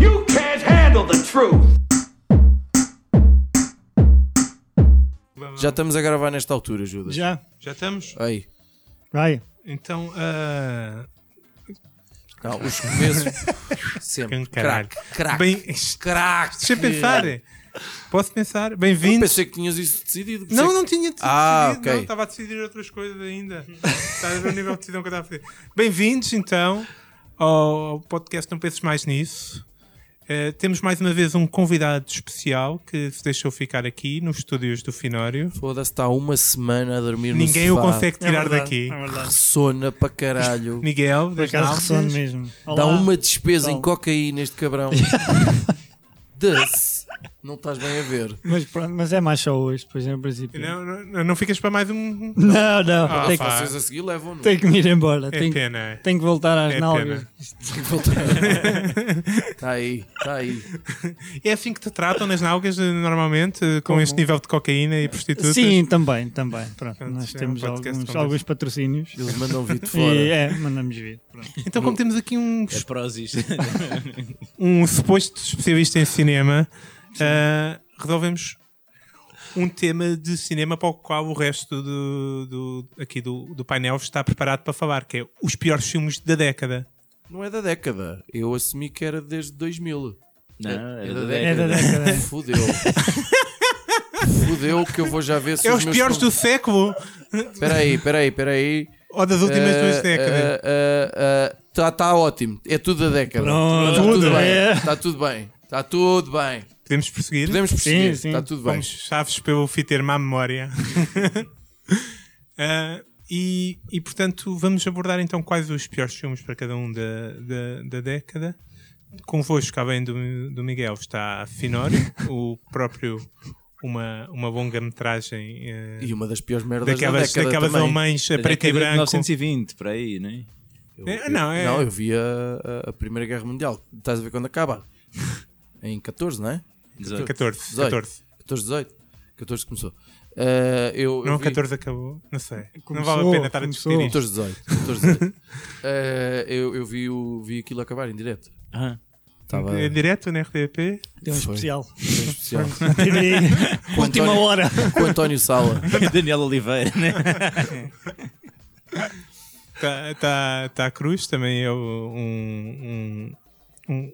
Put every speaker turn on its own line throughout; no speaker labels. You can't handle the truth.
Já estamos a gravar nesta altura, Judas.
Já.
Já estamos?
Aí.
Vai.
Então, ah,
Não, os começos. Sempre.
um caralho.
Crack. Crack.
Bem,
Crack.
deixa eu pensar. Posso pensar?
Eu
Bem-vindos.
pensei que tinhas isso decidido. pensei
Não,
que-
não tinha decidido.
Ah, ok.
Não, estava a decidir outras coisas ainda. Estava a ver o nível de decisão que eu estava a fazer. Bem-vindos, então, ao podcast Não Penses Mais Nisso. Eh, temos mais uma vez um convidado especial que se deixou ficar aqui nos estúdios do Finório.
Foda-se, está uma semana a dormir no
Ninguém o
sofá.
consegue tirar
é verdade,
daqui.
É verdade.
Ressona para caralho.
Miguel,
Por
das
acaso ressono
náuseas.
mesmo.
Dá
Olá.
uma despesa em
Então.
cocaína este cabrão. Desce. Não estás bem a ver.
Mas, pronto, mas é mais só hoje, pois é, no princípio.
Não, não, não ficas para mais um.
Não, não.
Ah,
tem,
pá.
que,
Vocês a seguir levam-no.
tem que me ir embora.
É
tem, que-
pena. é?
tem que voltar às
É
náuseas.
Tem que voltar. Está Tá aí, está aí.
É assim que te tratam nas nalgas eh, normalmente, eh, com
Como?
este nível de cocaína e prostitutas?
Sim, também, também. Pronto,
Pronto,
nós
é um
temos
podcast
alguns,
com
alguns patrocínios.
Eles mandam vir de
E
fora.
é, mandamos vir. Pronto.
Então, como temos aqui um,
É prós isto.
um suposto especialista em cinema, eh, resolvemos um tema de cinema para o qual o resto do, do- aqui do, do painel está preparado para falar, que é os piores filmes da década.
Não é da década. Eu assumi que era desde 2000.
Não, é,
É da
da
É da
década.
década.
Fudeu. Fudeu que eu vou já ver se
é
os
os
meus
piores
com-
do século
Peraí, peraí, peraí.
ou das últimas
Eh,
duas décadas?
Está eh, ótimo. É tudo da década.
Pronto,
Está tudo bem.
é.
Está tudo bem. Está tudo bem.
Podemos prosseguir?
Podemos perceber.
sim.
Está tudo bem.
Vamos chaves pelo ter má memória. Ah, e, e, portanto, vamos abordar então quais os piores filmes para cada um da, da, da década. Convosco, além do, do Miguel, está Finório, o próprio, uma, uma longa-metragem eh,
E uma das piores merdas
daquelas,
da década
daquelas
também.
alemães a
Da
É preto e
década é de
branco.
1920, por aí, não é?
É, não, é-
eu vi a, a- a Primeira Guerra Mundial. Estás a ver quando acaba? em 14, não é?
18.
14,
18.
14.
14, 18. 14 começou. Ah, eu, eu
Não,
vi-
14 acabou, não sei. não
Começou,
vale a pena estar a
começou.
discutir isto.
14, 18. 14, 18. Ah, eu eu vi, o, vi aquilo acabar em direto.
Ah,
Estava
É direto na RTP.
Tem um
Foi.
especial.
foi especial.
TV. Última
António.
hora.
Com o António Sala.
É Daniel Oliveira, né?
Tá, tá, tá a Cruz também é o- um, um, um,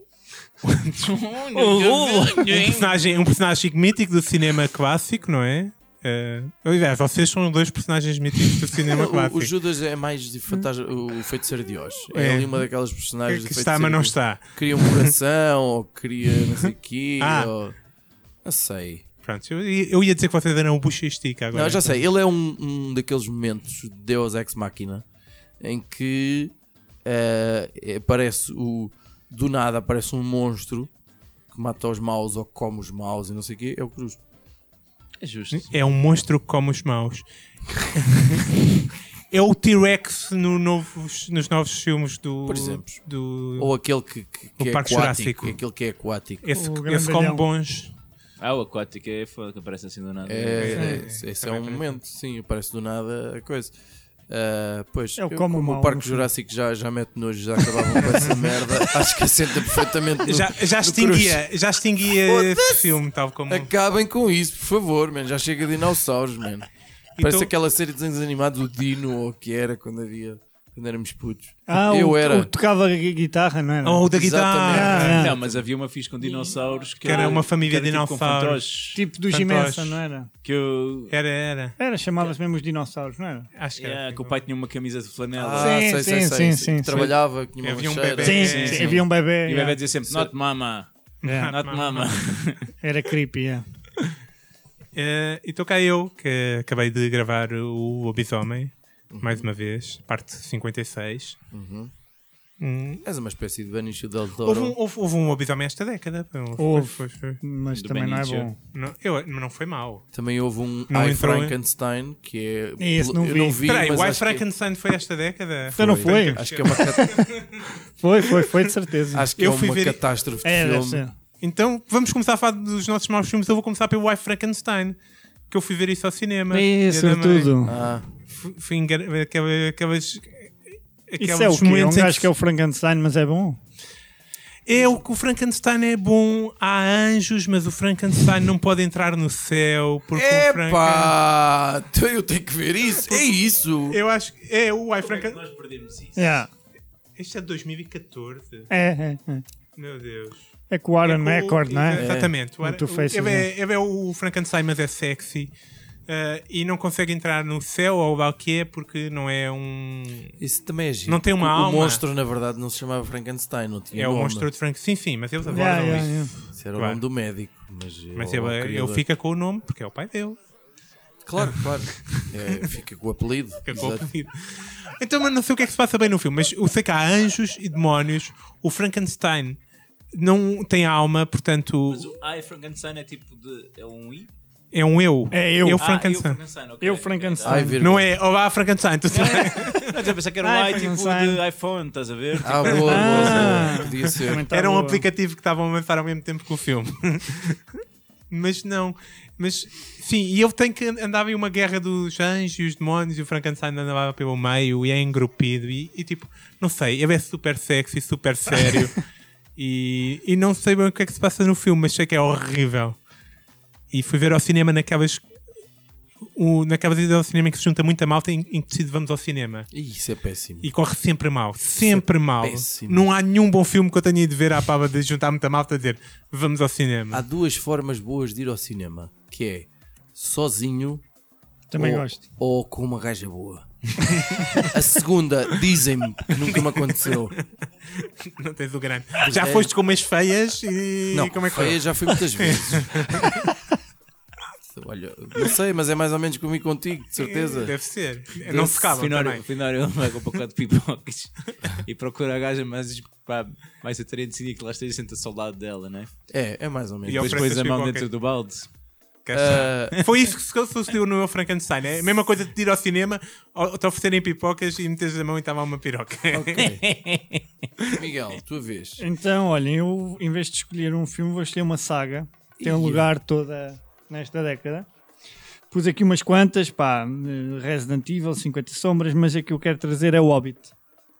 um personagem, um personagem mítico do cinema clássico, não é? Eh, aliás, vocês são dois personagens míticos do cinema
O,
clássico.
o Judas é mais de fantasma, o feiticeiro de Oz. É,
É.
ali uma daquelas
que
personagens do
está,
Feiticeiro
mas não
de Oz.
está.
Cria um coração, ou cria não sei o quê,
Ah.
ou... Não sei.
Pronto, eu, eu ia dizer que vocês eram o Bucha e Estica agora.
Não, já sei. Ele é um, um daqueles momentos de Deus Ex Machina em que eh, eh, aparece o... Do nada aparece um monstro que mata os maus ou come os maus e não sei o quê. É o Cruz.
É justo.
É um monstro que come os maus. é o T-Rex no novos- nos novos filmes do.
Por exemplo.
do-
Ou aquele que, que, que
Hum. O
é
Parque
aquático.
Jurássico.
Aquele que é aquático.
esse,
O
esse come
grandalhão.
bons.
Ah, o aquático é foda, que aparece assim do nada.
É,
Sim.
esse- esse é
Também
um
parece.
momento, sim, parece do nada a coisa. Ah, pois,
É o
eu,
como
como
mal,
o
no
Parque
fundo.
Jurássico já, já mete nojo, já acabavam com essa merda, acho que assenta perfeitamente. No,
Já, já
no
extinguia, já extinguia esse filme, tal como.
cruz. Acabem com isso, por favor, man, já chega de dinossauros, man. Parece
Então-
aquela série de desenhos animados, o Dino, ou o que era quando havia, quando éramos putos.
Ah,
eu
o,
era.
o que tocava gui- guitarra, não era?
Ou da
Exatamente.
guitarra.
Ah,
Não, mas havia uma fixe com dinossauros que
Que era uma família
que era
de
tipo com
dinossauros.
fantoches,
Tipo do
Fantoche.
Gimensa, não era?
que eu.
Era, era.
Era, chamava-se mesmo os dinossauros, não era?
Acho que
Yeah,
era. tipo
que o pai tinha uma camisa de flanela.
Ah,
Sim,
sei, sei,
sim,
sei,
sim, sim, sim.
Trabalhava, tinha uma
Havia um
lancheira.
bebê.
Sim,
sim,
sim,
sim.
havia um bebê.
E o
yeah.
bebê dizia sempre: Not mama,
Yeah.
not mama.
Era creepy, é.
Eh, e estou cá eu, que acabei de gravar o Lobisomem, mais uma vez, parte 56. Hum,
És uma espécie de Banicio del
Houve
Toro.
um, houve, houve um lobisomem esta década. pá,
Houve.
foi- foi- foi.
Mas
Do
também não é
Benicio.
bom.
Não, eu, não foi mal.
Também houve um
Não
I,
entrou, hein?
Frankenstein, que é...
Esse não
eu
vi.
não vi,
Peraí,
mas
o I
acho que-
Frankenstein foi esta década?
Então não foi?
Acho que é uma
Foi, foi, foi, de certeza.
Acho que
Eu
é
fui
uma
ver-
catástrofe de
É, deve
filme.
ser.
Então vamos começar a falar dos nossos maus filmes. Eu vou começar pelo Wife Frankenstein, que eu fui ver isso ao cinema.
É,
Dia da Mãe.
sobretudo.
Ah,
Fui- Fui engan- aquela- aquelas.
Isso
aqueles
é o quê? É Um
momentos em
gajo que é o Frankenstein, mas é bom.
É o que o Frankenstein é bom, há anjos, mas o Frankenstein não pode entrar no céu porque o é. Frankenstein.
Epá, então eu tenho que ver isso. É isso.
Eu acho que é o Ai Frankenstein.
Nós perdemos isso.
Yeah.
Este é de 2014.
É, é, é.
Meu Deus.
É com o Aaron
É com-
Record, não é?
Exatamente. O,
O
Ar-
Two
o-
Faces,
ele
né?
é, ele é o Frankenstein, mas é sexy. eh, e não consegue entrar no céu ou lá o que é porque não é um.
Isso também é giro.
Não tem uma
o,
alma.
O monstro, na verdade, não se chamava Frankenstein, não tinha
É o
Um nome.
monstro de Frank. Sim, sim, mas eles adoram
Yeah, yeah,
isso.
yeah.
Isso era o
Claro.
nome do médico. Mas,
Mas
eu,
ele, ele fica com o nome porque é o pai dele.
Claro, claro. É, fica com o apelido.
Fica com o
Exato.
apelido. Então, mas não sei o que é que se passa bem no filme, mas eu sei que há anjos e demónios. O Frankenstein não tem alma, portanto
Mas o I Frankenstein é tipo de. É um I?
é um eu.
É eu.
Eu
Ah,
Frankenstein.
eu Frankenstein, ok.
Eu, Frankenstein.
Ai, vírgula.
Não é, olá Frankenstein, tudo bem?
Mas eu pensei que era um
Ai,
I tipo
Frankenstein.
de iPhone, estás a ver?
Ah, boa, boa,
Ah.
boa. Podia ser.
Também tá
Era um
boa.
aplicativo que estavam a lançar ao mesmo tempo que o filme. mas não. Mas sim, e ele tem que andava em uma guerra dos anjos e os demónios e o Frankenstein andava pelo meio e é engrupido e, e, tipo, não sei, ele é super sexy, super sério. e, e não sei bem o que é que se passa no filme, mas sei que é horrível. E fui ver ao cinema naquelas. O, naquelas idas ao cinema em que se junta muita malta em, em que decide vamos ao cinema.
Ih, Isso é péssimo.
E corre sempre mal, sempre mal.
é péssimo.
Não há nenhum bom filme que eu tenha ido ver à pava de juntar muita malta a dizer vamos ao
Há
cinema.
duas formas boas de ir ao cinema, que é sozinho
Também
ou,
gosto.
ou com uma gaja boa. A segunda, dizem-me, que nunca me aconteceu.
Não tens o grande. Já
é.
foste com umas feias e
Não,
como é que
feia
foi?
já fui muitas vezes. Olha, não sei, mas é mais ou menos comigo contigo, de certeza.
É, Deve ser. Não se calam
Afinal,
também.
afinal ele pega um pacote de pipocas e procura a gaja mais, pá, mais atraente que lá esteja senta ao lado dela, né?
É, é mais ou menos.
E ao
Depois
Oferece as
pôs a mão
pipocas.
dentro do balde.
Ah,
Foi isso que sucedeu no meu Frankenstein. É a mesma coisa de ir ao cinema, ou te oferecerem pipocas e meteres a mão e estava uma piroca.
Miguel, tua vez.
Então, olhem, eu em vez de escolher um filme, vou escolher uma saga. Tem um
Ia.
lugar toda nesta década. Pus aqui umas quantas, pá, Resident Evil, 50 Sombras, mas a que eu quero trazer é o Hobbit.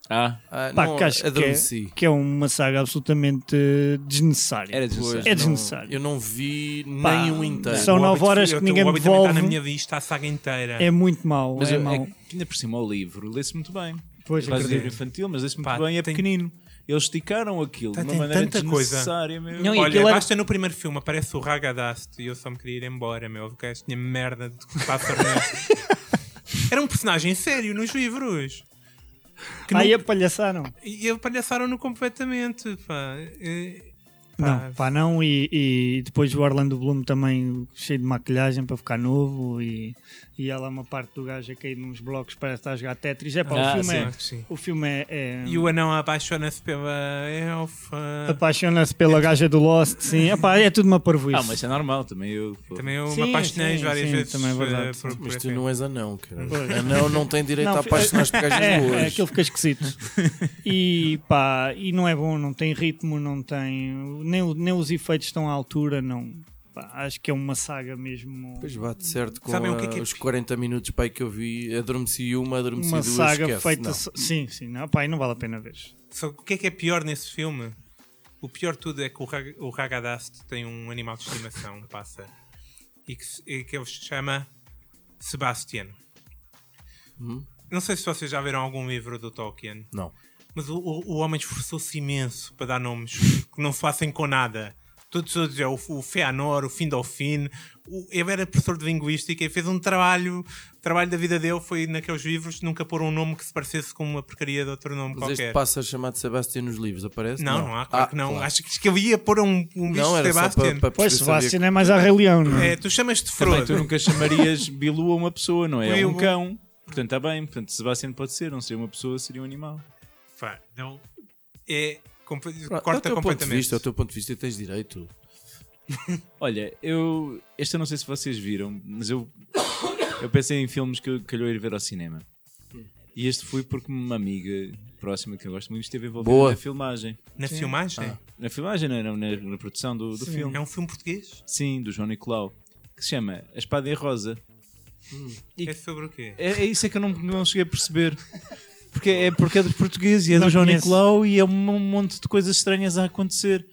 Ah,
Ah,
Pá,
não,
que acho que
adormeci.
é, que é uma saga absolutamente eh, desnecessária.
era
Pois,
desnecessário.
É
não-
desnecessário.
eu não vi
Pá,
nem um inteiro.
São
O
Então nove
Hobbit-
horas que
o
ninguém
Hobbit também
devolve.
está na minha lista a saga inteira.
É muito mau,
Mas
é
eu- é
mau.
que ainda por cima o livro, lê-se muito bem.
Pois,
Faz livro
acredito.
infantil, mas lê-se muito
Pá,
bem e é
tem-
pequenino. Eles esticaram aquilo
Tá,
de uma
tem
maneira
tanta coisa.
desnecessária mesmo.
Não, é e
Olha,
aquilo era-
basta no primeiro filme, aparece o Ragadast e eu só me queria ir embora, meu. Porque esta tinha merda de pássaro nele. Era um personagem sério nos livros. Que
Aí
não-
apalhaçaram.
E apalhaçaram-no completamente. Pá. É-
Não, pá, não. E, e depois o Orlando Bloom também cheio de maquilhagem para ficar novo. E, e ela, uma parte do gajo a cair nos blocos, parece que está a jogar Tetris. É pá,
Ah,
o filme, é,
Claro que sim.
o filme é. é-
E o anão apaixona-se pela elfa.
Apaixona-se pela gaja do Lost, sim. É pá, é tudo uma parvoíce.
Ah, mas isso é normal também. Eu, pô.
Também eu me
Sim,
apaixonei
sim,
várias
sim,
vezes.
também é verdade,
eh,
sim.
por- por
Mas tu
esse
não és anão, cara.
Pois.
Anão não tem direito
Não,
a
fi-
apaixonar-se por gajas
É,
boas.
é, aquilo fica esquisito. E pá, e não é bom, não tem ritmo, não tem. Nem, o- nem os efeitos estão à altura, não. Pá, acho que é uma saga mesmo.
Pois bate certo com
Sabem o que é
a-
que é
os
pi-
40 minutos pai, que eu vi. Adormeci uma, adormeci
Uma
duas.
saga
esquece,
feita.
não.
só- Sim, sim, não, pá, e não vale a pena ver.
Só que o que é que é pior nesse filme? O pior de tudo é que o, Rag o Ragadast tem um animal de estimação, um pássaro, e que, se- e que ele se chama Sebastian.
Hum?
Não sei se vocês já viram algum livro do Tolkien,
Não.
mas o, o, o homem esforçou-se imenso para dar nomes que não se fazem com nada. Todos os é o, o Feanor, o Findolfin. O, ele era professor de linguística e fez um trabalho. O trabalho da vida dele foi naqueles livros nunca pôr um nome que se parecesse com uma porcaria de outro nome
Mas
qualquer.
este pássaro chamado Sebastian nos livros aparece?
Não, não, há, claro
Ah,
que não.
claro.
Acho que, que eu ia pôr um, um bicho
Não, era só
Sebastian.
para, para
Pois,
perceber se havia-
Sebastian é mais a Rei Leão, não é?
É, tu chamas-te
Também
Frodo.
tu nunca chamarias Bilu a uma pessoa, não é? É um
Bilu.
cão. Portanto, está bem. Portanto, Sebastian pode ser. Não seria uma pessoa, seria um animal.
Pá, não. É. compa-
Pronto, é o teu
corta
ponto de
completamente.
vista, é o teu ponto de vista e tens direito.
Olha, eu. Este eu não sei se vocês viram, mas eu. Eu pensei em filmes que eu calhou ir ver ao cinema. E este foi porque uma amiga próxima que eu gosto muito, esteve envolvida
Boa.
na filmagem.
Na filmagem?
Ah,
Na filmagem, não, não, na, na produção do, do filme.
É um filme português?
Sim, do João Nicolau. Que se chama A Espada em Rosa. E-
É sobre o quê?
É, é isso é que eu não, não cheguei a perceber. Porque é, porque é dos portugueses e é
Não
do João
conheço.
Nicolau e é um monte de coisas estranhas a acontecer.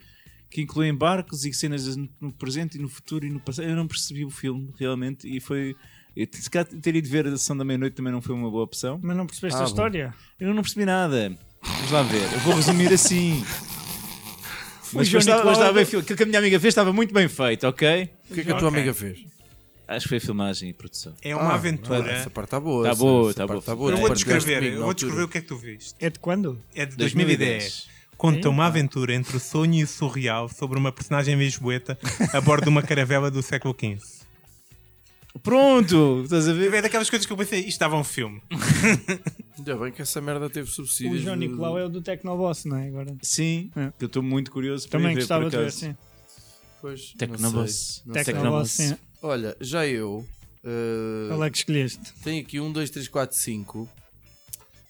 Que incluem barcos e cenas no- no presente e no futuro e no passado. Eu não percebi o filme realmente e foi. eu te- Se calhar ter ido ver a sessão da meia-noite também não foi uma boa opção.
Mas não percebeste
Ah,
a
bom.
história?
Eu não percebi nada. Vamos lá ver. Eu vou resumir assim. Mas
João
depois estava,
Nicolau-
mas estava bem fil- Aquilo que a minha amiga fez estava muito bem feito, ok?
O que é que a tua
Ok.
amiga fez?
Acho que foi filmagem e produção.
É uma
Ah,
aventura.
Essa parte está boa.
Tá
essa-
boa,
essa
tá
parte
boa.
tá
Eu
Tu
vou
partilhaste
descrever,
comigo na
eu vou
altura.
descrever o que é que tu viste.
É de quando?
É de
2010.
2010. Conta uma aventura entre o sonho e o surreal sobre uma personagem lisboeta a bordo de uma caravela do século XV.
Pronto! Estás a ver?
É daquelas coisas que eu pensei, isto estava um filme.
Ainda bem que essa merda teve
O
subsídios.
João
de-
Nicolau é o do Tecnoboss, não é? Agora.
Sim,
É.
que eu estou muito curioso para
Também
ir ver,
gostava
por
de ver,
acaso.
sim.
Pois, não
Tecnoboss.
sei, não sei.
Tecnoboss,
Tecnoboss.
sim.
Olha, já eu. eh,
Qual é que escolheste?
Tenho aqui um, dois, três, quatro, cinco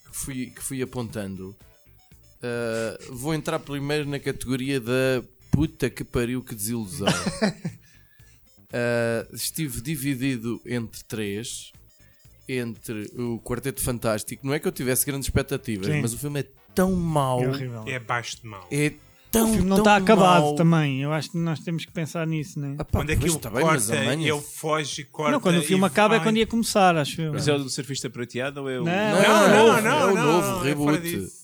que fui, que fui apontando. Ah, vou entrar primeiro na categoria da puta que pariu que desilusão. Ah, estive dividido entre três. Entre o Quarteto Fantástico, não é que eu tivesse grandes expectativas,
Sim.
mas o filme é tão mau,
É horrível.
É baixo de mão.
é
O
tão
filme não
tão
está acabado
mau.
também. Eu acho que nós temos que pensar nisso, não é?
Ah, pá,
Quando aquilo
pois, tá bem, mas
corta,
amanhã-
ele foge, corta.
não, quando o filme
e
acaba é
vai.
quando ia começar, acho eu.
Mas é o do surfista prateado ou é o.
Não.
Não, não, não.
é o
não,
novo
não, é fora
reboot.
disso.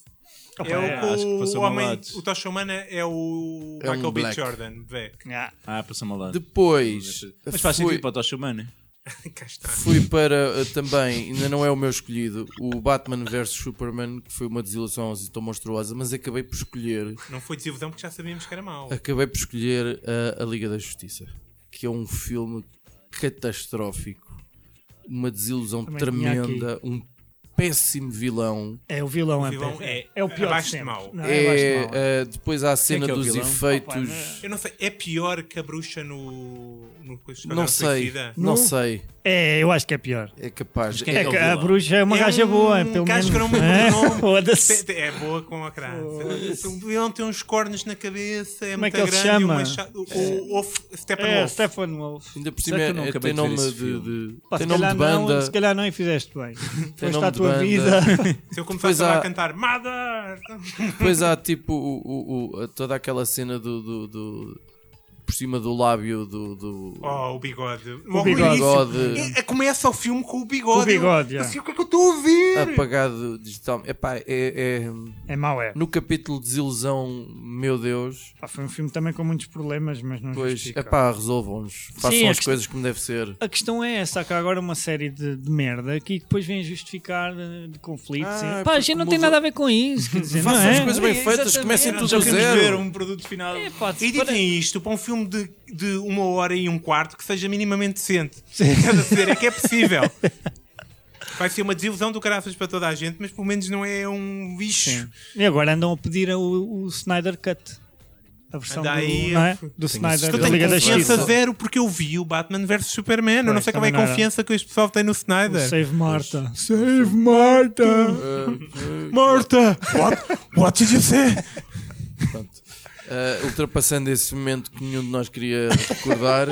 Opa,
É o,
é,
com
acho que
o
passou
homem,
mal lado.
o Tocha Humana é o
É um
Michael B.
black.
Jordan, Beck.
Ah,
Ah, passou-me ao lado.
Depois,
Mas faz
fui-
sentido para o Tocha Humana.
É.
Cá está.
Fui para eh, também, ainda não é o meu escolhido, o Batman vs Superman, que foi uma desilusão assim tão monstruosa, mas acabei por escolher,
Não foi desilusão porque já sabíamos que era mau.
acabei por escolher eh, a, a Liga da Justiça, que é um filme catastrófico, uma desilusão
Também tinha
tremenda, um péssimo vilão.
é o vilão
O
até.
vilão é-
o pior
abaixo de
sempre.
mau.
Não, é abaixo de
É,
mau.
eh, depois há a cena
que é o
dos
vilão?
efeitos.
Eu não sei, é pior que a bruxa no. no Esquadrão
não sei,
Suicida?
não
Não?
sei,
É, eu acho que é pior.
é capaz.
quem
É,
é o
que a
vilão?
bruxa é uma
É
gaja
um
boa, pelo
gajo
menos.
que eu não me lembro do
É?
nome.
Foda-se.
Pe- É boa com a crase. Ele não tem uns cornos na cabeça, é
Como é
muito
que ele se
grande. e
chama?
uma cha- O, o, o
É,
Steppenwolf.
Steppenwolf.
Ainda por cima
Será que eu não
é-
acabei
tem
de ver
nome
esse
de, de-
Pá,
tem
se,
nome
calhar
de banda.
Não, se calhar não e fizeste bem. Foste
nome
à
de
tua
banda.
vida.
Se eu começasse
Depois
lá
há-
a cantar Mother!
Depois há tipo o- o- o- toda aquela cena do, do- do- por cima do lábio do. do-
Oh, o bigode. O
bigode.
É, é- começa o filme com o bigode.
Com o bigode,
Eu-
já.
assim, o que é que eu estou a ouvir?
Ah, apagado digital. Epá, é, é-
É mau, é.
no capítulo Desilusão, meu Deus.
Pá, foi um filme também com muitos problemas, mas não
Pois,
justifica.
epá, resolvam-nos. Façam
Sim, é
as
que-
coisas como deve ser.
A questão é essa, que há agora uma série de, de merda que depois vem justificar eh, de, de conflitos.
Ah,
e-
é
Pá, a
porque
gente não tem
muda-
nada a ver com isso, quer dizer, não
Façam as
é?
coisas bem feitas, comecem tudo do
Já queremos ver
zero.
um produto final.
É, pá,
E
para-
dizem isto para um filme de, de uma hora e um quarto que seja minimamente decente. Estás a dizer, é que é possível. Vai ser uma desilusão do caraças para toda a gente, mas pelo menos não é um bicho.
E agora andam a pedir o, o Snyder Cut. A versão do,
Anda aí,
não é?
eu-
do Snyder
Eu
da
tenho
Liga da
confiança
Justiça.
zero porque eu vi o Batman vs Superman. eu não
Pois,
sei qual é
também
a
não era.
confiança que este pessoal tem no Snyder.
Save Marta. Save Marta.
Ah,
Marta! What, what did you say?
Pronto. Ah, ultrapassando esse momento que nenhum de nós queria recordar,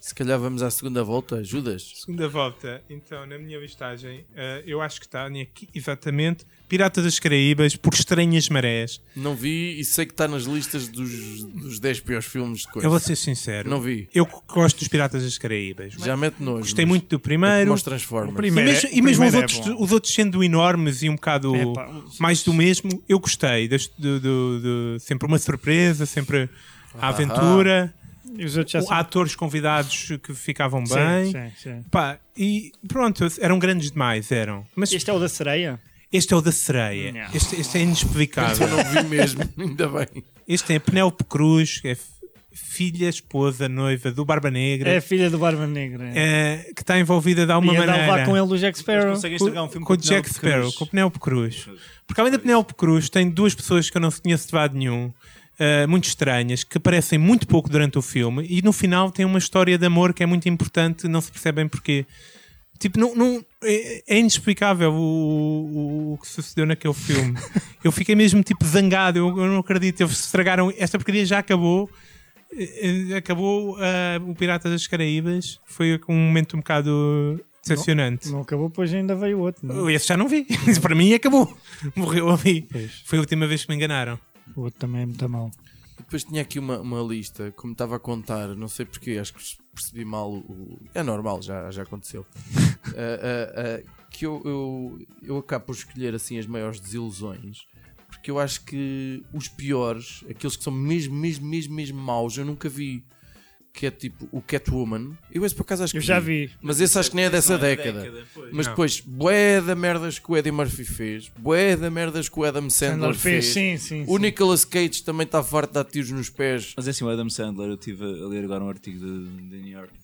se calhar vamos à segunda volta. Judas?
Segunda volta. Então, na minha listagem, eh, eu acho que está aqui exatamente Pirata das Caraíbas por Estranhas Marés.
Não vi e sei que está nas listas dos, dos 10 piores filmes de coisa.
Eu vou ser sincero.
Não vi.
Eu gosto dos Piratas das Caraíbas.
Já mete nojo.
Gostei
mas
muito do
é
primeiro.
como os Transformers.
E mesmo, e
O
mesmo os,
primeiro é
outros,
bom.
os outros sendo enormes e um bocado
É, pá, os-
mais do mesmo, eu gostei. Das- do- do- do- sempre uma surpresa, sempre
Ah,
a aventura.
E os outros já
O-
são...
atores convidados que ficavam
Então, Sim,
bem.
sim, sim.
Pá, e pronto, eram grandes demais, eram. Mas este,
Este é o da sereia?
é o da sereia.
Não.
Este, este é
Eu
inexplicável.
não vi mesmo, ainda bem.
Este é Penélope Cruz, que é f- filha, esposa, noiva do
É
Barba
a
Negra,
filha do Barba Negra.
eh, que está envolvida de alguma
e anda a
maneira.
levar com ele o Jack Sparrow.
Conseguem
Com-
estragar um filme
com o
Penélope
Jack Sparrow,
Cruz.
com o Penélope Cruz. Porque além da Penélope Cruz, tem duas pessoas que eu não conheço de lado nenhum, eh, muito estranhas, que aparecem muito pouco durante o filme e no final tem uma história de amor que é muito importante, não se percebem porquê. Tipo, não, não- é, é inexplicável o, o, o que sucedeu naquele filme. eu fiquei mesmo tipo zangado, eu, eu não acredito. Eles estragaram. Esta porcaria já acabou. Eh, eh, Acabou ah, o Pirata das Caraíbas. Foi um momento um bocado decepcionante.
Não acabou, pois ainda veio outro. Não? é?
Eu Esse já não vi. Esse para mim acabou. Morreu ali.
Pois.
Foi a última vez que me enganaram.
O outro também é muito mau.
Depois tinha aqui uma, uma lista, como estava a contar, não sei porquê, acho que percebi mal o. o- É normal, já, já aconteceu. Ah, ah, ah, que eu, eu, eu acabo por escolher assim as maiores desilusões, porque eu acho que os piores, aqueles que são mesmo, mesmo, mesmo, mesmo maus, eu nunca vi. Que é tipo o Catwoman. Eu esse por acaso acho que.
Eu já vi.
Mas esse acho que nem é dessa década. Mas depois, bué da merdas que o Eddie Murphy fez, bué da merdas que o Adam Sandler
Sandler fez,
fez.
sim, sim.
O
sim.
Nicolas Cage também está farto de dar tiros nos pés.
Mas é assim, o Adam Sandler, eu estive a ler agora um artigo de, de New York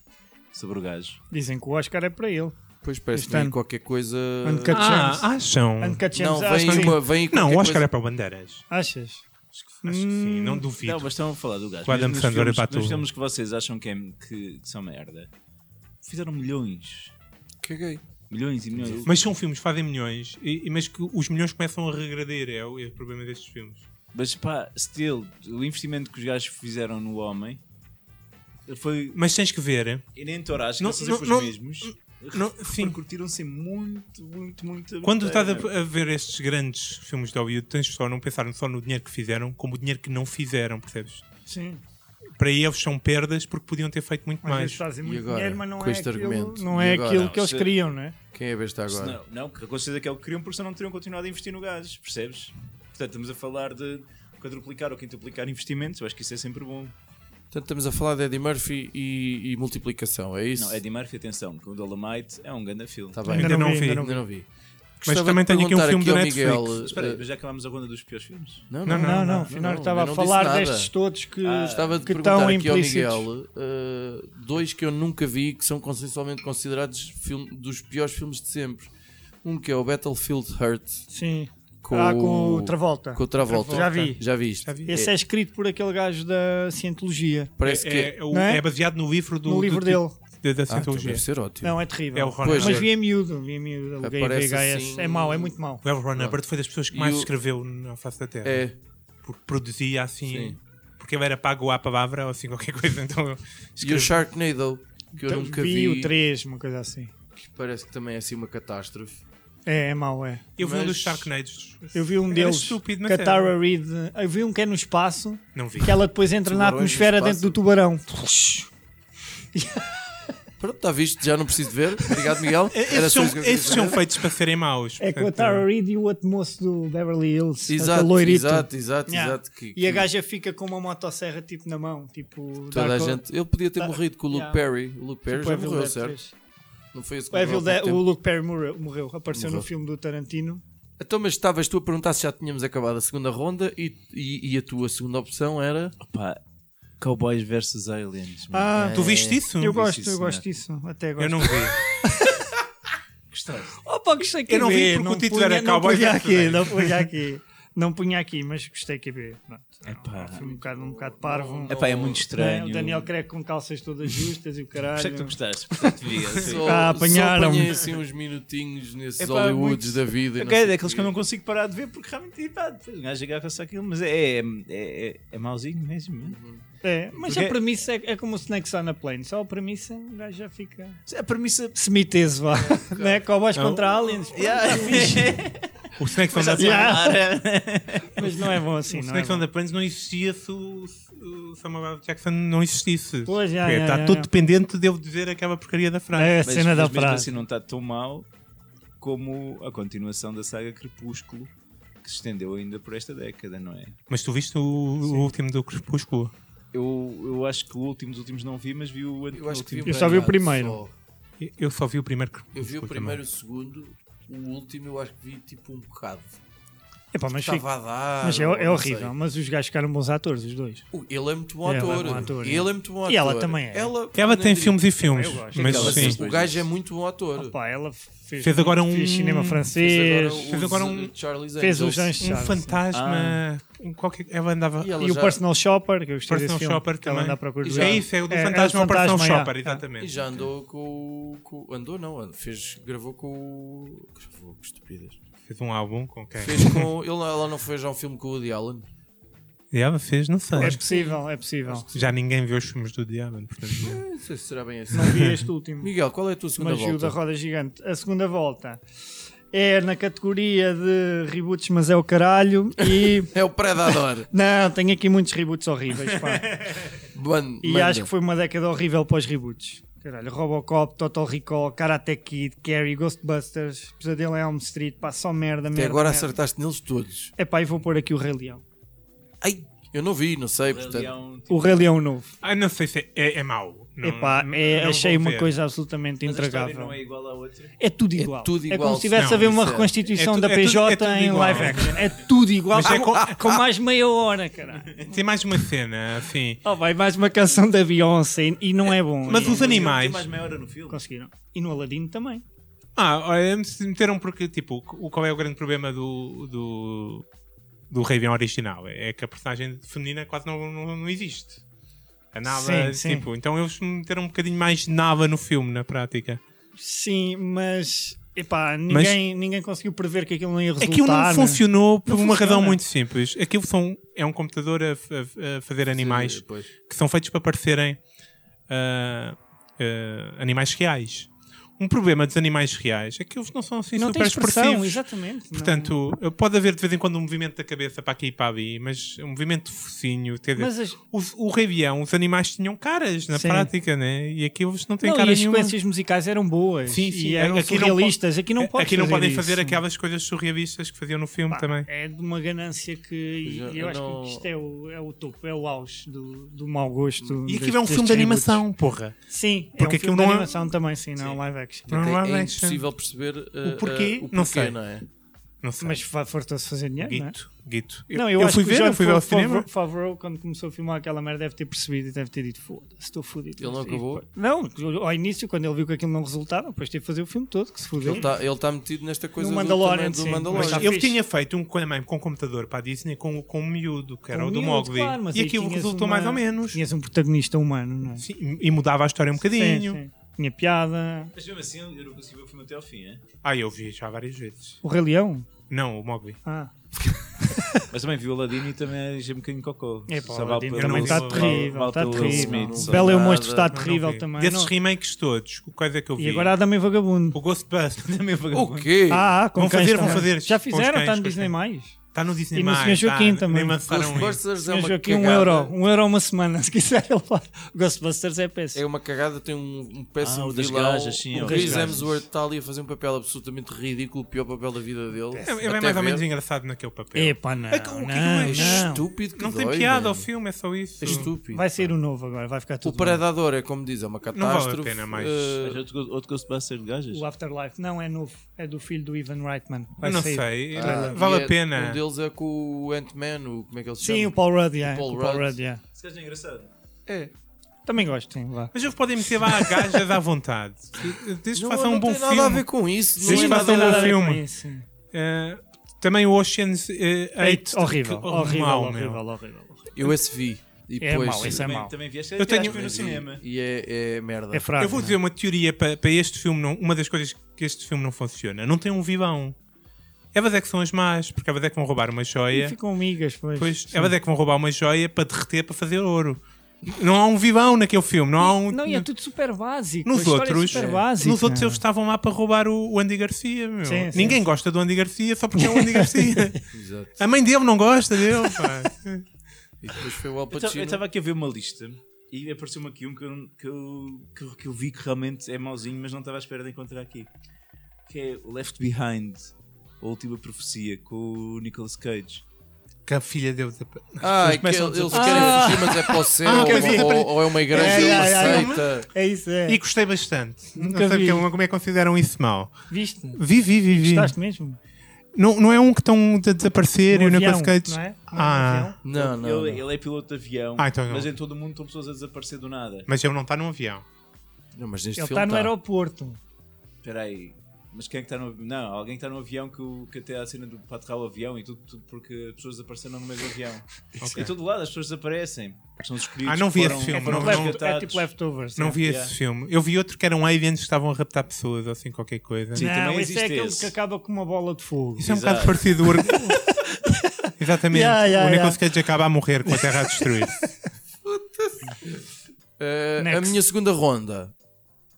sobre o gajo.
Dizem que o Oscar é para ele.
Depois parece
Este
que
ano.
qualquer coisa.
Uncut Gems.
Ah, acham.
Uncut
Não,
Gems, acho
vem
que sim.
uma. Vem
Não,
qualquer
o Oscar
coisa-
é para o Bandeiras.
Achas?
Acho que
Hum,
sim, não duvido.
Não, mas estão a falar do gajo.
O Adam
Mesmo nos
Sandler é
filmes-
para
Nos
tudo.
filmes que vocês acham que, é, que, que são merda, fizeram milhões.
é-
Caguei.
Milhões e milhões.
Mas são filmes que fazem milhões, e, e- mas que os milhões começam a regredir, é o, é o problema destes filmes.
Mas pá, still, o investimento que os gajos fizeram no homem foi.
Mas tens que ver,
E nem Torás,
Não-
não,
não-
não,
não-
os mesmos.
não- sim.
Curtiram-se muito, muito, muito.
quando
muito,
estás a, a ver estes grandes filmes de Hollywood, tens só não pensar só no dinheiro que fizeram, como o dinheiro que não fizeram, percebes?
Sim.
Para eles são perdas porque podiam ter feito muito
Às vezes
mais.
fazem muito
agora,
dinheiro, mas não
com
é
este
aquilo,
argumento?
não
E
é
agora?
aquilo que
Não,
eles
se-
queriam, não é?
Quem é besta
Se
agora?
Não, não, que a consciência que é o que queriam, por isso não teriam continuado a investir no gás, percebes? Portanto, estamos a falar de quadruplicar ou quintuplicar investimentos, eu acho que isso é sempre bom.
Portanto, estamos a falar de Eddie Murphy e, e multiplicação, é isso?
Não, Eddie Murphy, atenção, que o Dolomite é um grande filme.
Tá bem.
Ainda, não vi.
Ainda não vi. de
também tenho aqui um
perguntar
filme do
ao
Netflix.
Miguel,
Espera aí,
eh,
mas já acabámos a ronda dos piores filmes?
não,
Não,
não,
Não,
não,
não, afinal
não,
estava
eu
a
não
falar
disse nada. Ah,
destes todos que,
Estava de
que
perguntar
estão
aqui ao
implícitos.
Miguel eh, dois que eu nunca vi que são consensualmente considerados filme- dos piores filmes de sempre. Um que é o Battlefield Hurt
Sim.
com,
ah, com o Travolta.
com o Travolta.
Já vi.
Já viste?
Já vi.
Esse é. escrito por aquele gajo da Cientologia.
Parece
é,
que
é- é o-
Não é?
é baseado no livro do.
no livro
do
dele.
tipo- da- da
Ah, então
Scientology.
deve ser ótimo.
Não, é terrível.
É o Ron
Pois é.
Mas
Hubbard.
vi em miúdo, vi em miúdo. Aluguei
Aparece
VHS.
assim-
É mau, é muito mau.
O L. Ron Hubbard foi das pessoas que
E
mais
o-
escreveu na face da Terra.
É.
Porque produzia assim.
Sim.
Porque ele era pago à palavra ou assim qualquer coisa. Então
E o Sharknado, que eu nunca vi,
o 3, uma coisa assim.
que parece que também é assim uma catástrofe.
É, é mau, é.
Eu vi um dos
Mas-
Sharknados.
Eu vi um
Era
deles,
estúpido, mas
que a
era.
Tara Reid. Eu vi um que é no espaço,
Não vi.
que ela depois entra na
Tubarões no
atmosfera
espaço.
dentro do tubarão.
Pronto, está visto, já não preciso de ver. Obrigado, Miguel.
É, Esses
só
são,
isso que eu queria
esses são
saber.
feitos para serem maus.
É com a
portanto,
Tara Reid e o outro moço do Beverly Hills, aquele
Exato,
loirito.
exato, exato,
Yeah.
exato. Que,
E a
que
gaja fica com uma motosserra tipo na mão, tipo
toda a
Dark-
gente. Ele podia ter
Dark-
morrido com o Luke
Yeah.
Perry. O Luke Perry
tipo
já
Evil
morreu,
Dead
certo?
3.
Não foi esse que
O, Evil
morreu há
Dead-
pouco
o
tempo.
Luke Perry morreu, morreu. apareceu
Morreu.
no filme do Tarantino.
Então, mas estavas tu a perguntar se já tínhamos acabado a segunda ronda e, e, e a tua segunda opção era.
Opa, Cowboys versus Aliens. mano.
é.
Ah,
Tu viste isso? né?
eu gosto,
isso,
eu gosto
não.
disso. Até gosto.
Eu não vi.
Gostaste?
Ah,
Opa, gostei que
Eu não vi é
ver,
porque o título
punha-
era
não
Cowboy
punha
versus
aqui,
Aliens.
não punha aqui. Não punha aqui, mas gostei que ver. Pronto,
Epá.
Foi um bocado, um bocado parvo.
Epá, é muito
Né?
estranho.
O Daniel Craig com calças todas justas e o
é
caralho.
Sei é que tu gostaste, portanto, vi.
Só,
Ah, apanharam-me.
só apanhei assim uns minutinhos nesses
Epá,
Hollywoods
muito-
da vida. e não
Ok,
sei
daqueles que eu
quê.
não consigo parar de ver porque realmente pá, depois o gajo agarra-se àquilo, mas é, é, é, é mauzinho mesmo. né?
É, mas
Porque-
a premissa é, é como o Snakes on a Plane. Só a premissa o gajo já fica.
é A premissa.
Semiteso,
É,
vá. né? Cowboys contra aliens.
Yeah.
O Snakes on the Plane.
Mas não é bom assim,
O
não é?
Snakes on
Bom.
the Plains não existia se o, o Samuel L. Jackson não existisse.
Pois, já,
Porque
já,
Está
já,
tudo
já.
dependente de eu dizer aquela porcaria da frase.
É a
Mas,
cena da
mas mesmo
frase.
assim não está tão mal como a continuação da saga Crepúsculo que se estendeu ainda por esta década, não é?
Mas tu viste o, o último do Crepúsculo?
Eu, eu acho que o último dos últimos não vi, mas vi
Eu
o
acho que vi
antepenúltimo.
um
só vi o
bocado
primeiro.
só.
Eu só vi o primeiro
Eu vi
Crepúsculo.
o primeiro, o segundo, o último eu acho que vi tipo um bocado.
Epá, mas, fico-
estava a dar.
mas é,
ou
é
não sei.
horrível. Mas os gajos ficaram bons atores, os dois.
O- Ele é muito bom
Ele é
ator.
bom ator,
Ele é muito bom ator.
E ela também é.
Ela,
Ela
nem
tem
diria-
filmes e filmes,
Eu gosto.
mas
Ela-
sim.
O gajo é muito bom ator.
Opa, ela fez,
Fez agora um-
fez cinema
Fez agora
francês.
os-
Fez agora um-
Charlie's
Fez
Angels.
os anjos.
Um
Charles.
fantasma. um qualquer... Ela andava.
E ela
E o
já-
Personal Shopper, que eu gostei
Personal
desse filme,
Shopper
que ela
também.
anda à procura
E
do
já-
É
gato.
isso, é o do
É, é o
fantasma ao Personal
fantasma, é.
Shopper,
já.
exatamente.
E já andou com, o- com- Andou não, andou, fez. Gravou com o. Gravou, que estupidez.
Fez um álbum com quem?
Fez com. Ele, ela não fez já um filme com o Woody Allen.
E ela fez, não sei.
É possível, é possível.
Já ninguém viu os filmes do Diamond, portanto.
Não sei se será bem assim.
Não vi este último.
Miguel, qual é a tua segunda
Mas o da
volta?
roda gigante. A segunda volta é na categoria de reboots, mas é o caralho. E.
É o Predador.
Não, tenho aqui muitos reboots horríveis, pá.
Mano,
E acho que foi uma década horrível para os reboots. Caralho, Robocop, Total Recall, Karate Kid, Carrie, Ghostbusters, Pesadelo em Elm Street, pá, só merda,
Até
merda.
agora
merda.
acertaste neles todos.
Epá, e vou pôr aqui o Rei Leão.
Ai, eu não vi, não sei, portanto.
tipo,
O Rei Leão novo.
Ah, não sei se é, é, é mau. Não,
Epá, é-
não
achei
vou
uma
ver.
coisa absolutamente intragável.
não é igual à outra.
É tudo
É
igual. É,
tudo igual,
como se estivesse
não,
a ver
isso
uma
é-
reconstituição
é tudo-
da
é tudo-
PJ
é tudo
em
igual.
live action. É tudo igual.
Mas é
com,
com-
com mais meia hora, caralho.
Tem mais uma cena, assim.
Oh, vai mais uma canção da Beyoncé e- e não é bom.
Mas
E-
os animais.
mais meia hora no filme.
conseguiram. E no Aladdin também.
Ah, olha, me- meteram porque, tipo, o- qual é o grande problema do. do do Raven original, é que a personagem feminina quase não, não, não existe. A Nava,
Sim, sim.
tipo, então eles meteram um bocadinho mais Nava no filme, na prática.
Sim, mas epá, ninguém, ninguém conseguiu prever que aquilo não ia resultar.
Aquilo É um não
né?
funcionou por
Não
uma
funciona.
razão muito simples. Aquilo são, é um computador a, a- a fazer animais
Depois.
que são feitos para parecerem ah, ah, animais reais. Um problema dos animais reais é que eles não são assim
Não tem
super
expressão,
expressivos.
exatamente. não. é?
Portanto, pode haver de vez em quando um movimento da cabeça para aqui e para ali, mas um movimento de focinho. Quer dizer,
Mas as-
o, o rei leão, os animais tinham caras na
Sim.
prática, né? E aqui eles não têm
não, e
cara
as
nenhuma.
sequências musicais eram boas
Sim, sim.
e eram
Aqui não é,
surrealistas. aqui não podes
aqui não
fazer
podem
isso. né?
fazer aquelas coisas surrealistas que faziam no filme
Pá,
também.
É de uma ganância que e
Pois
eu,
é, eu
acho
não-
que isto é o, é o topo, é o auge do, do mau gosto.
E aqui
deste-
é um filme de
destes
animação, porra.
reboots. Sim, é
Porque
um
aquilo
filme de
não é-
animação também, sim, não é live action.
Não
Até
há
é
action.
impossível perceber uh,
O porquê?
uh, o porquê,
Não sei.
não é?
Não sei.
Mas fa- fartou-se fazer dinheiro, não é?
Guito, Guito.
Não, eu, acho
fui
que
ver,
o
eu fui ver ao
John Favreau-
cinema.
Favreau, quando começou a filmar aquela merda, deve ter percebido e deve ter dito: foda-se, estou fudido.
Ele não acabou?
Não, ao início, quando ele viu que aquilo não resultava, depois teve de fazer o filme todo, que se fudeu.
Ele está ele tá metido nesta coisa
No
do,
Mandalorian,
também do
sim,
Mandalorian.
mas tá-
Ele
fixe.
tinha feito um também com computador para a Disney com, com um miúdo, que era
Com
o do
miúdo,
Mowgli.
claro, mas
e
aí
aquilo
tinhas
resultou
uma-
mais ou menos.
Tinhas um protagonista humano, não é?
Sim, e e mudava a história um bocadinho.
Sim, sim. Tinha piada.
Mas mesmo assim eu não consegui ver o filme até ao fim, é?
Ah, eu vi já várias vezes.
O Rei Leão?
Não, o Mowgli.
Ah,
Mas também vi o Aladdin e também achei um bocadinho cocô.
é pá,
Só
o
vale
Aladdin
pela-
também está
vale-
terrível.
vale
tá
Está
pelo Will
terrível.
Smith,
não
O Bela e o
vale
Monstro está
nada.
Não, não
terrível
vi.
também.
Desses
não.
remakes todos, coisa que eu vi.
E agora há também Vagabundo.
O Ghostbusters também foi
O quê?
Ah, ah, com
Vão
cães
fazer, vão
também.
fazer.
Já
Com os
fizeram, está
cães,
no
com os
Disney.
cães.
Mais.
Está no Disney
E no Sr.
mais, tá,
Joaquim também.
Nem lançaram isso.
Ghostbusters é
Mas
uma
aqui um
cagada.
euro, um euro uma semana, se quiser ele faz. Ghostbusters é
É
péssimo.
uma cagada, tem um, um péssimo
Ah, o das
vilão.
gajas, sim,
o
o
Chris
das gajas.
Hemsworth está ali a fazer um papel absolutamente ridículo, o pior papel da vida dele.
É, é
Até
mais ou
ver.
menos engraçado naquele papel.
Epá, não,
É que o que
não,
não é
É
não.
estúpido que
não tem
dói,
piada ao
mano.
filme, é só isso.
É estúpido.
Vai ser o novo agora, vai ficar
O
tudo bem.
Predador é como diz, é uma
vale a
catástrofe.
pena, mas-
eh,
Mas outro, outro Ghostbuster de gajas?
O Afterlife, não é novo, é do filho do Ivan Reitman. Vai
Eu não
sair.
sei.
ah,
vale
e é-
a pena.
Um deles é com o Ant-Man, o- como é que ele se
Sim, o
chama?
Paul Rudd, é.
O Paul
o Paul
Rudd.
Rudd, é.
Esse gajo é engraçado.
Tá
É.
Também gosto, sim, vá.
Mas eles podem meter lá a gajas à vontade. Desde que
Não,
façam
não
um bom
tem nada a
filme.
ver com isso.
Sim,
Não é
mas
nada
tem
a
nada
ver
a ver filme.
com isso, sim.
Eh, também o Ocean's eh, 8.
Eight, horrível, horrível, horrível, horrível, horrível.
Eu esse vi. E
É
depois,
mau, esse é
Também,
mau.
também vi esta
Eu tenho-
acho que foi no cinema.
E é, é merda.
É fraco.
Eu vou
não é?
dizer um uma teoria para, para este filme. Não, uma das coisas que este filme não funciona. Não tem um vilão. Elas é que são as más, porque elas é que vão roubar uma
E
joia.
ficam migas, pois.
Depois,
Sim.
elas é que vão roubar uma joia para derreter para fazer ouro. Não há um vilão naquele filme. Não há um.
Não, e é tudo super básico.
Nos
a história é
outros,
super básica.
nos outros eles estavam lá para roubar o, o Andy Garcia. meu.
Sim, sim,
Ninguém
sim.
gosta do Andy Garcia só porque é o Andy Garcia.
Exato.
A mãe dele não gosta dele. pá.
E depois foi o Al
Eu ta- Eu
Pacino.
estava aqui a ver uma lista e apareceu-me aqui um que eu, que, eu, que, eu- que eu vi que realmente é mauzinho, mas não estava à espera de encontrar aqui. Que é o Left Behind, a última profecia, com o Nicolas Cage.
que a filha deu desapa-
Ah,
As
é que
pessoas começam a
eles eles
desaparecer.
querem fugir, mas é para o céu.
Ah, quer dizer,
ou, ou- ou é uma igreja,
É,
uma
é, é, é.
seita.
É isso, é.
E gostei bastante.
Nunca
não sei
vi.
porque- como é que consideram é isso mal.
Viste?
Vi, vi, vi, vi.
Gostaste mesmo?
Não, não é um que estão a desaparecer
No
e o
avião,
Nicolas Cage.
não é? No
Ah.
avião.
Não, não.
ele,
não.
ele é piloto de avião,
Ah, então não.
mas em todo o mundo estão pessoas a desaparecer do nada.
Mas ele não está num avião.
Não, mas neste
Ele
filme
está no
tá.
aeroporto.
Espera aí. Mas quem é que está no avião? Não, alguém está no avião que, o- que até há a cena do patrão ao avião e tudo, tudo porque as pessoas desapareceram no meio do avião. Em todo lado as pessoas desaparecem. São os escolhidos.
Ah, não vi
que foram,
esse filme,
foram
não-
Left- é
resgatados.
tipo leftovers.
Não
é.
vi
Yeah.
esse filme. Eu vi outro que eram aliens que estavam a raptar pessoas ou assim, qualquer coisa.
Sim. também
Não, esse
existe
é aquele
esse.
que acaba com uma bola de fogo.
Isso é um
Exato.
bocado parecido. do Org- Exatamente.
Yeah, yeah,
o Nicolas
yeah.
Cage acaba a morrer com a Terra a destruir.
Eh, a
Next.
minha segunda ronda.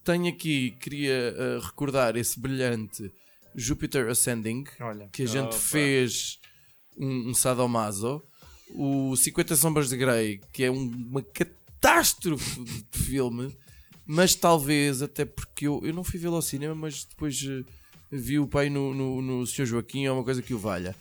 Tenho aqui, queria eh, recordar esse brilhante Jupiter Ascending
Olha.
que a gente
Opa.
fez um, um sadomaso. O 50 Sombras de Grey, que é um- uma catástrofe de de filme, mas talvez até porque eu, eu não fui vê-lo ao cinema, mas depois eh, vi o pai no, no, no Sr. Joaquim, é uma coisa que o valha,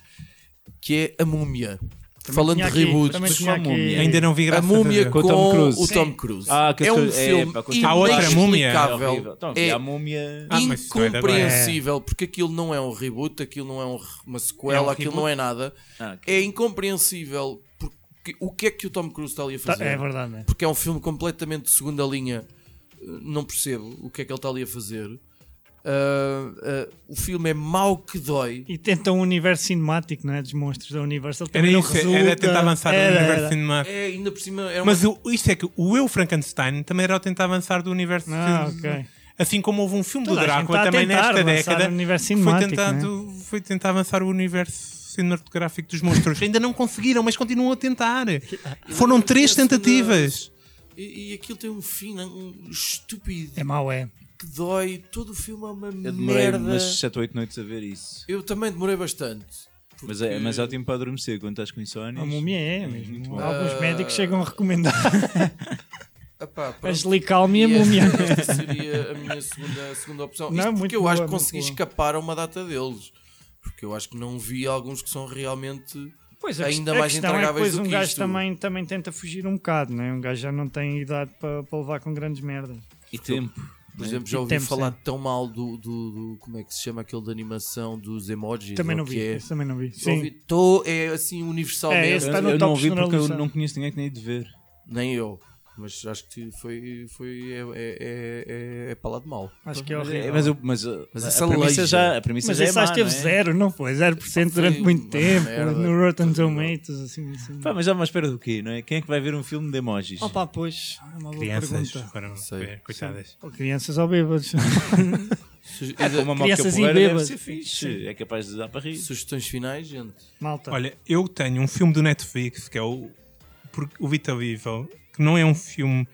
que é a múmia. Falando de
tinha aqui,
reboots,
também
com a múmia.
tinha aqui.
Ainda não vi
a
graças a
múmia
Deus.
com,
Com o Tom Cruise.
o
Sim.
Tom Cruise.
Ah, que
é um
coisa- é,
filme
pá,
inexplicável.
Há outra
múmia?
É horrível. Então,
É
a múmia.
Ah, mas isso não é da Grey.
incompreensível, porque aquilo não é um reboot, aquilo não é um re- uma
É um
sequela, aquilo não é nada.
Ah, que-
É incompreensível porque, o que é que o Tom Cruise está ali a
Tá-
fazer.
É verdade, né?
Porque é um filme completamente de segunda linha. Uh, Não percebo o que é que ele está ali a fazer. Uh, uh, o filme é mau que dói.
E tentam um universo cinemático, não é? Dos monstros da Universal.
Era
Também não
isso, era
resulta.
tentar lançar
Era, um
o universo
era.
cinematográfico.
É, ainda por cima. Era uma-
Mas o, isto é que o Eu Frankenstein também era o tentar avançar do universo
Ah,
cin-
ok.
Assim como houve um filme
Toda
do
a gente
Drácula
está a
também
tentar
nesta
avançar
década
o universo
que foi,
cinemático, é?
tentado, foi tentar avançar o universo cinematográfico dos monstros. Ainda não conseguiram, mas continuam a tentar.
Ah,
Foram três
Esse ainda-
tentativas.
E, e aquilo tem um fim um estúpido
É mau, é.
que dói. Todo o filme é uma
Eu demorei
merda.
umas 7 ou 8 noites a ver isso.
Eu também demorei bastante.
Mas é, mas é ótimo para adormecer quando estás com insónias.
A múmia é
muito
mesmo.
bom.
Alguns médicos chegam a recomendar
Epá, pronto.
a Slicalme e a
E esta-
múmia.
Esta seria a minha segunda, a segunda opção.
Não,
Isto
muito
porque eu
boa,
acho que
muito
consegui
boa.
escapar a uma data deles. Porque eu acho que não vi alguns que são realmente.
Pois, a
Ainda
quest- a
mais
questão é que
intragáveis
depois
do
um
que
gajo
isto.
também, também tenta fugir um bocado, né? um gajo já não tem idade para para levar com grandes merdas.
E tempo. né?
Por exemplo, já ouvi
tempo,
falar tão mal do, do- do- Como é que se chama aquele de animação dos emojis?
Também
ou
não
o
vi,
que É.
esse também não vi.
Já ouvi-
Sim.
tô- é assim universalmente.
É, esse
Eu,
Está no
eu
top
não vi porque eu
generalizado.
não conheço ninguém que nem de ver.
Nem eu. Mas acho que foi. foi é, é, é, é, é palavra de mal.
Acho que é
Mas,
horrível.
mas, eu- mas, uh,
Mas
a-
essa
a premissa
leija.
já, a premissa
Mas
já é
esse
má,
acho que teve
não é?
zero, não foi? 0%
Foi
durante muito
uma
tempo.
merda.
No Rotten Tomatoes, assim. assim.
Pá, mas já à espera do quê, não é? Quem é que vai ver um filme de emojis?
Opa, pois, é uma boa
Crianças
pergunta.
foram
Sei.
ver, coitadas.
Ou crianças ou bêbados.
Suge-
É como a moca
Crianças e
porreira deve
bêbados.
ser fixe. É capaz de dar para rir.
Sugestões finais, gente.
Malta.
Olha, eu tenho um filme do Netflix que é o, por- o Vita Viva, que não é um filme.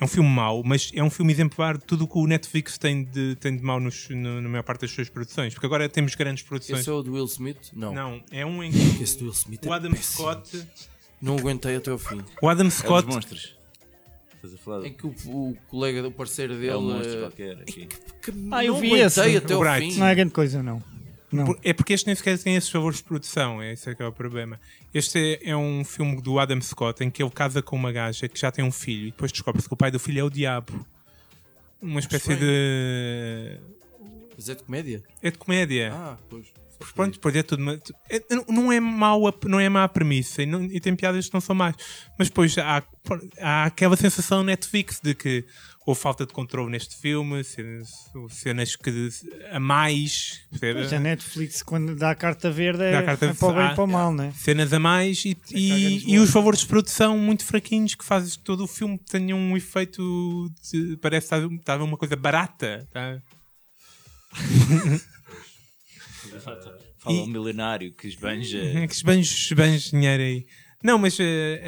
É um filme mau, mas é um filme exemplar de tudo o que o Netflix tem de, tem de mau nos- no- na maior parte das suas produções. Porque agora temos grandes produções.
Esse é o do Will Smith? Não.
Não, é um em que
Esse do Will Smith
o
é
Adam
péssimo.
Scott.
Não aguentei até ao fim.
O Adam
É os
Scott.
monstros. Estás a falar?
Em É que o, o colega, o parceiro dele.
É um
eh,
monstro qualquer aqui.
que
Ah, eu
não
vi
aguentei
esse,
até
o
ao
Bright.
fim.
Não é grande coisa, não. Não.
Por- É porque este nem sequer tem esses valores de produção, é esse é que é o problema. Este é, é um filme do Adam Scott em que ele casa com uma gaja que já tem um filho e depois descobre-se que o pai do filho é o diabo. Uma espécie
bem.
de.
Mas é de comédia?
É de comédia.
Ah, pois.
Mas Pronto, depois é tudo. uma- é- não, é mau a- não é má a premissa e, não- e tem piadas que não são más. Mas depois há, há aquela sensação Netflix de que houve falta de controle neste filme, cenas, cenas que a mais. percebe?
Pois, a Netflix, quando dá a carta verde, é,
Dá a carta
é para o bem
ah,
e para o mal, né?
cenas a mais e,
há grandes
e- e os
valores.
favores de produção muito fraquinhos que fazem que todo o filme tenha um efeito de, parece que está- está uma coisa barata tá?
Fala
E-
um milionário que esbanja.
É que esbanjos esbanjos dinheiro aí não, mas eh,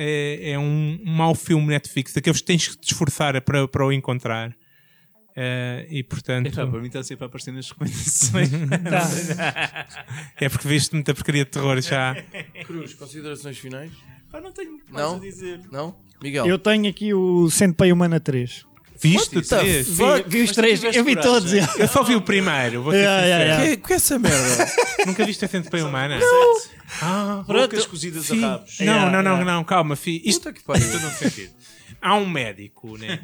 é, é um, um mau filme Netflix, daqueles que tens que te esforçar para, para o encontrar Eh, e portanto
Epá, para mim está sempre a aparecer nas recomendações.
é porque viste muita porcaria de terror já
Cruz, considerações finais?
Pá, não tenho muito mais
Não?
a dizer.
Não? Miguel?
Eu tenho aqui o Senpai Humana 3.
viste?
What the
Três?
fuck?
Vi, vi os
Mas
três,
tu tiveste
eu vi
coragem,
todos.
é?
eu só vi o primeiro vou ser
Yeah, yeah,
sincero.
yeah.
Que, que essa merda?
nunca viste a Sente Pai Humana? Ah,
Poucas cozidas a
Fi-
rabos.
Não,
Yeah,
não, não,
yeah.
não, calma, fi. Isto
Puta que pariu.
tudo não faz sentido. Há um médico, né?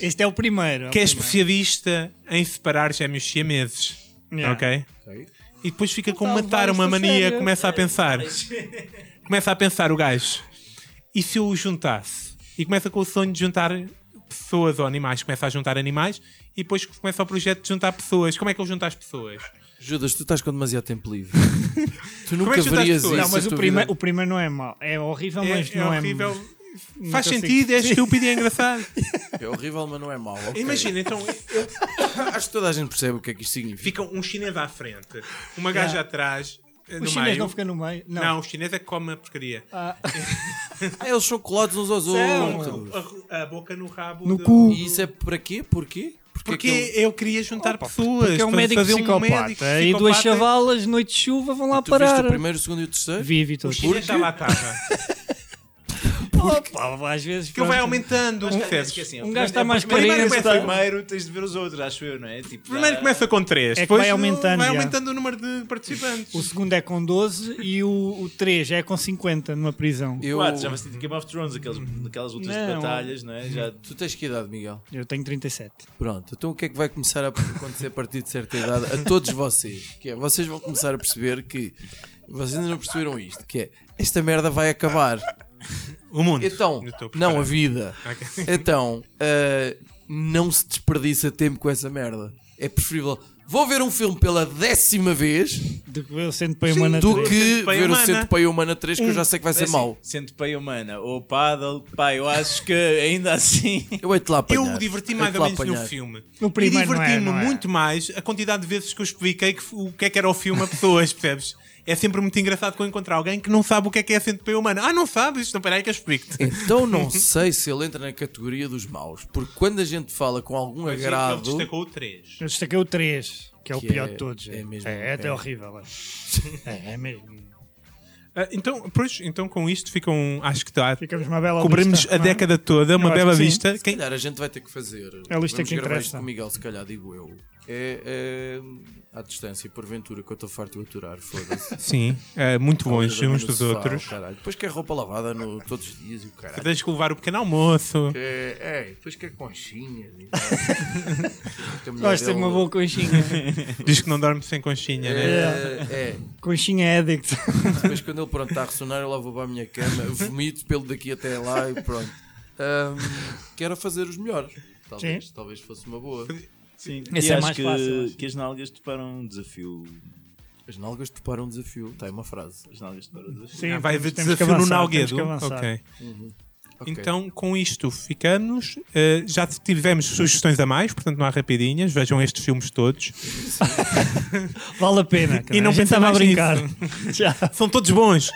Este é o primeiro. é o
que é
primeiro.
especialista em separar gêmeos siameses.
Yeah.
Ok?
Ok.
E depois fica com
tá a levar
matar
isto
uma
a
mania,
sério.
começa a pensar. começa a pensar o gajo. E se eu o juntasse? E começa com o sonho de juntar pessoas ou animais, começa a juntar animais e depois começa o projeto de juntar pessoas. Como é que eu junto as pessoas?
Judas, tu estás com demasiado tempo livre. tu
é
nunca
que tu estás
verias
com
isso.
isso?
Não, mas
a
o
tua
primeiro,
vida.
o primeiro não é mau. É horrível, mas
é, é
não
horrível.
é mau. Não
Faz
consigo.
sentido, é estúpido e é engraçado.
É horrível, mas não é mau. ok.
Imagina, então eu-
Acho que toda a gente percebe o que é que isto significa.
fica um chinês à frente, uma gaja
Yeah.
atrás, eh,
O
no
chinês
meio.
não fica no meio. Não.
Não. o chinês é que come a porcaria.
Ah,
Ah, eles são colados uns aos
Não,
outros.
a, a boca no rabo.
No
do-
cu.
E isso é para quê? Porquê? Porque,
Porque
aquele-
eu queria juntar pessoas.
porque é um
para
médico
fazer um
psicopata.
médico
E duas
psicopata.
chavalas, noite de chuva, vão lá
tu
parar.
viste o primeiro, o segundo e o terceiro?
Vi, vi todos.
O chinês já lá estava.
Opa, às vezes.
Porque ele vai
pronto.
aumentando. percebes?
Um gajo está mais
primeiro é
carinho.
começa-
está-
Primeiro tens de ver os outros, acho eu, não é? Tipo,
Primeiro
ah,
começa com 3,
É que
depois
vai aumentando,
vai
já.
aumentando o número de participantes.
O segundo é com 12 e o 3 é com 50 numa prisão.
Eu...
quatro, já vai ser de Game of Thrones, aqueles, aquelas lutas de
Não.
batalhas, não é? Já
Tu tens que idade, Miguel?
Eu tenho 37.
Pronto, então o que é que vai começar a acontecer a partir de certa idade a todos vocês? Que é, vocês vão começar a perceber que vocês ainda não perceberam isto, que é esta merda vai acabar.
O mundo.
Então,
Eu estou
não, a
preparado.
vida.
Ok.
Então, ah, não se desperdiça tempo com essa merda. É preferível. Vou ver um filme pela décima vez
Do que eu sendo para uma na
do
três. É.
que
Centopeia
ver o
Humana.
Centopeia Humana 3, que eu já sei que vai ser
Assim,
mau.
Centopeia humana ou paddle, pá, eu acho que ainda assim.
Eu hei-te lá apanhar.
Eu diverti
Hei-te
mais ou
lá
menos no
apanhar.
filme.
No primeiro
e
não é,
diverti-me
não é.
muito mais a quantidade de vezes que eu expliquei que f- o que é que era o filme a pessoas, percebes? É sempre muito engraçado quando eu encontrar alguém que não sabe o que é que é a centopeia humana. Ah, não sabes? Então peraí que eu explico-te.
Então não sei se ele entra na categoria dos maus, porque quando a gente fala com algum
é
Ele
agrado.
destacou o 3.
Eu destaquei o 3, que é o
Que
pior
é-
de todos.
é mesmo,
É, é até
é.
horrível. é. É, é mesmo.
então, pois, então com isto ficam, acho que dá.
Ficamos uma bela
Cobrimos
lista,
a
não é?
década toda, uma
acho
bela
que sim.
vista.
Se
Quem-
calhar a gente vai ter que fazer.
É a lista
Vamos
que
gravar
interessa.
isto com o Miguel, se calhar digo eu. É, é, à distância, porventura, que eu estou farto de o aturar, foda-se.
Sim, é, muito longe
Dormir
uns
no
dos
sofá,
outros.
o caralho. Depois que é roupa lavada no, todos os dias e o caralho.
Tens que levar o pequeno almoço.
É, é, depois que é conchinhas. e tal. Que a mulher
Gosto de uma
dele-
boa conchinha.
Diz que não dorme sem conchinha,
É,
né?
é,
conchinha é addict.
depois quando ele pronto está a ressonar, eu lá vou para a minha cama, vomito pelo daqui até lá e pronto. Ahm, quero fazer os melhores. Talvez,
Sim.
talvez fosse uma boa.
Sim,
Esse
e
é
acho
mais
que,
fácil, acho.
que as nalgas toparam um desafio.
As nalgas toparam um desafio. Tem uma frase.
As nalgas toparam um desafio.
Sim,
Ah, vai haver
temos- temos que
desafio no
avançar, temos
Nalguedo.
que avançar.
Ok.
Ok.
Então, com isto ficamos. Eh, já tivemos sugestões a mais, portanto não há rapidinhas. Vejam estes filmes todos.
Vale a pena. cara.
E não
a gente
pensei
estava a
mais
brincar. Já.
São todos bons.